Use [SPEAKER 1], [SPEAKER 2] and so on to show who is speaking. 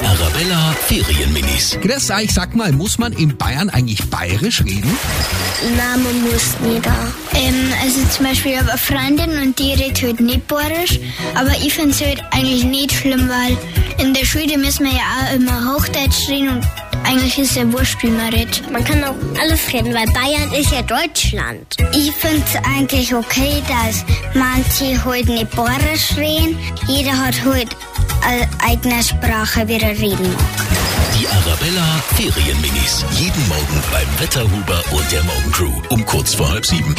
[SPEAKER 1] Bella Ferienminis.
[SPEAKER 2] Grüß euch, sag mal, muss man in Bayern eigentlich bayerisch reden?
[SPEAKER 3] Nein, man muss nicht. auch. Ähm, also zum Beispiel ich habe eine Freundin und die redet halt nicht Bayerisch, aber ich finde es halt eigentlich nicht schlimm, weil in der Schule müssen wir ja auch immer Hochdeutsch reden und eigentlich ist ja wurscht, wie man redet.
[SPEAKER 4] Man kann auch alles reden, weil Bayern ist ja Deutschland.
[SPEAKER 3] Ich finde es eigentlich okay, dass manche halt nicht Bayerisch reden. Jeder hat halt eine eigene Sprache, wie er reden mag.
[SPEAKER 1] Die Arabella Ferienminis. Jeden Morgen beim Wetterhuber und der Morgencrew um kurz vor halb sieben.